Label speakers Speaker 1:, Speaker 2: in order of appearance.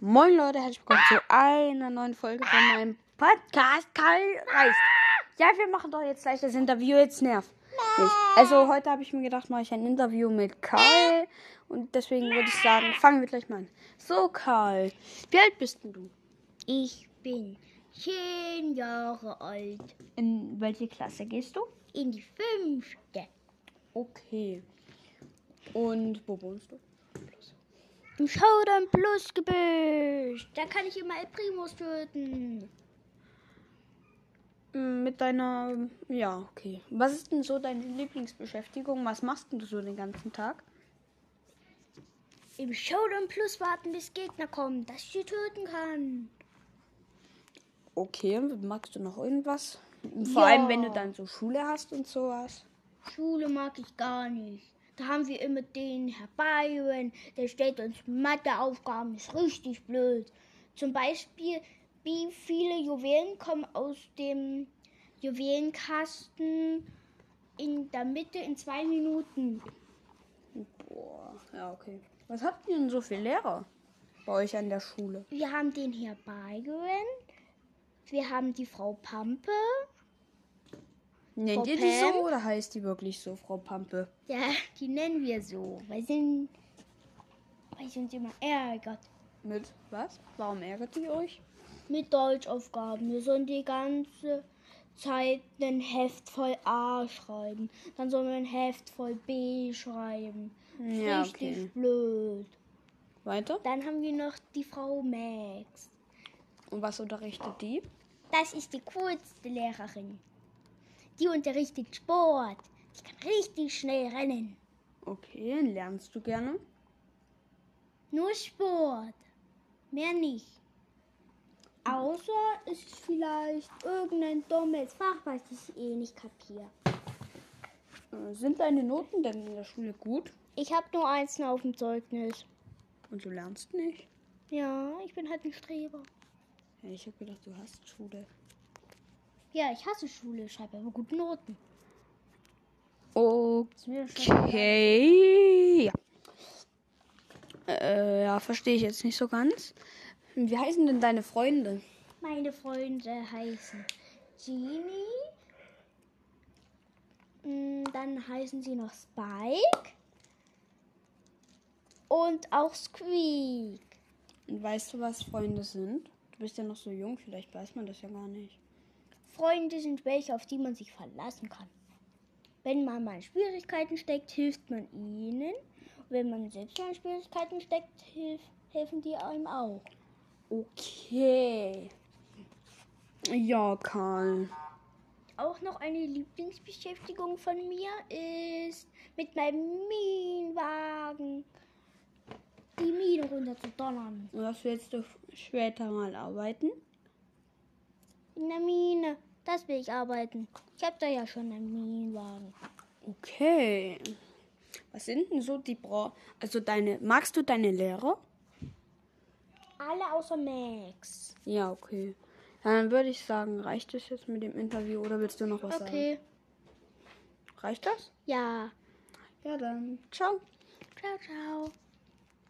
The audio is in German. Speaker 1: Moin Leute, herzlich willkommen zu einer neuen Folge von meinem Podcast Karl reist. Ja, wir machen doch jetzt gleich das Interview, jetzt nervt. mich. Also heute habe ich mir gedacht, mache ich ein Interview mit Karl und deswegen würde ich sagen, fangen wir gleich mal an. So Karl, wie alt bist denn du?
Speaker 2: Ich bin zehn Jahre alt.
Speaker 3: In welche Klasse gehst du?
Speaker 2: In die fünfte.
Speaker 1: Okay. Und wo wohnst du?
Speaker 2: Im Showdown Plus Gebüsch. Da kann ich immer El Primus töten.
Speaker 1: Mm, Mit deiner, ja, okay. Was ist denn so deine Lieblingsbeschäftigung? Was machst denn du so den ganzen Tag?
Speaker 2: Im Showdown Plus warten, bis Gegner kommen, dass ich sie töten kann.
Speaker 1: Okay, magst du noch irgendwas? Vor allem, wenn du
Speaker 2: Ja.
Speaker 1: dann so Schule hast und sowas.
Speaker 2: Schule mag ich gar nicht. Da haben wir immer den Herr Byron, der stellt uns Matheaufgaben, ist richtig blöd. Zum Beispiel, wie viele Juwelen kommen aus dem Juwelenkasten in der Mitte in zwei Minuten?
Speaker 1: Boah, ja, okay. Was habt ihr denn so für Lehrer bei euch an der Schule?
Speaker 2: Wir haben den Herr Byron, wir haben die Frau Pampe,
Speaker 1: Nennt
Speaker 2: Frau
Speaker 1: ihr die so
Speaker 2: Pam?
Speaker 1: oder heißt die wirklich so, Frau Pampe?
Speaker 2: ja, die nennen wir so, weil sie, weil sie uns immer ärgert.
Speaker 1: Mit was? Warum ärgert ihr euch?
Speaker 2: mit Deutschaufgaben. Wir sollen die ganze Zeit ein Heft voll A schreiben. Dann sollen wir ein Heft voll B schreiben.
Speaker 1: Ja,
Speaker 2: Richtig
Speaker 1: okay.
Speaker 2: blöd.
Speaker 1: Weiter?
Speaker 2: Dann haben wir noch die Frau Max.
Speaker 1: Und was unterrichtet die?
Speaker 2: Das ist die coolste Lehrerin. Die unterrichtet Sport. Die kann richtig schnell rennen.
Speaker 1: Okay, lernst du gerne?
Speaker 2: Nur Sport. Mehr nicht. Außer es ist vielleicht irgendein dummes Fach, was ich eh nicht kapiere.
Speaker 1: Äh, Sind deine Noten denn in der Schule gut?
Speaker 2: Ich habe nur Einsen auf dem Zeugnis.
Speaker 1: Und du lernst nicht?
Speaker 2: Ja, ich bin halt ein Streber.
Speaker 1: Ja, ich habe gedacht, du hast Schule.
Speaker 2: Ja, ich hasse Schule, schreibe aber gute Noten.
Speaker 1: Okay. Ja. Äh, ja, verstehe ich jetzt nicht so ganz. Wie heißen denn deine Freunde?
Speaker 2: Meine Freunde heißen Genie. Mm, Dann heißen sie noch Spike. Und auch Squeak.
Speaker 1: Und weißt du, was Freunde sind? Du bist ja noch so jung, vielleicht weiß man das ja gar nicht.
Speaker 2: Freunde sind welche, auf die man sich verlassen kann. Wenn man mal in Schwierigkeiten steckt, hilft man ihnen. Und wenn man selbst mal in Schwierigkeiten steckt, hilf, helfen die einem auch.
Speaker 1: Okay. Ja, Karl.
Speaker 2: Auch noch eine Lieblingsbeschäftigung von mir ist, mit meinem Minenwagen die Mine runter zu donnern.
Speaker 1: Und was willst du später mal arbeiten?
Speaker 2: In der Mine, das will ich arbeiten. Ich habe da ja schon einen Minenwagen.
Speaker 1: Okay. Was sind denn so die Bra... Also deine... Magst du deine Lehrer?
Speaker 2: Alle außer Max.
Speaker 1: Ja, okay. Dann würde ich sagen, reicht es jetzt mit dem Interview oder willst du noch was sagen?
Speaker 2: Okay,
Speaker 1: Reicht das?
Speaker 2: ja.
Speaker 1: Ja, dann. Ciao.
Speaker 2: Ciao, ciao.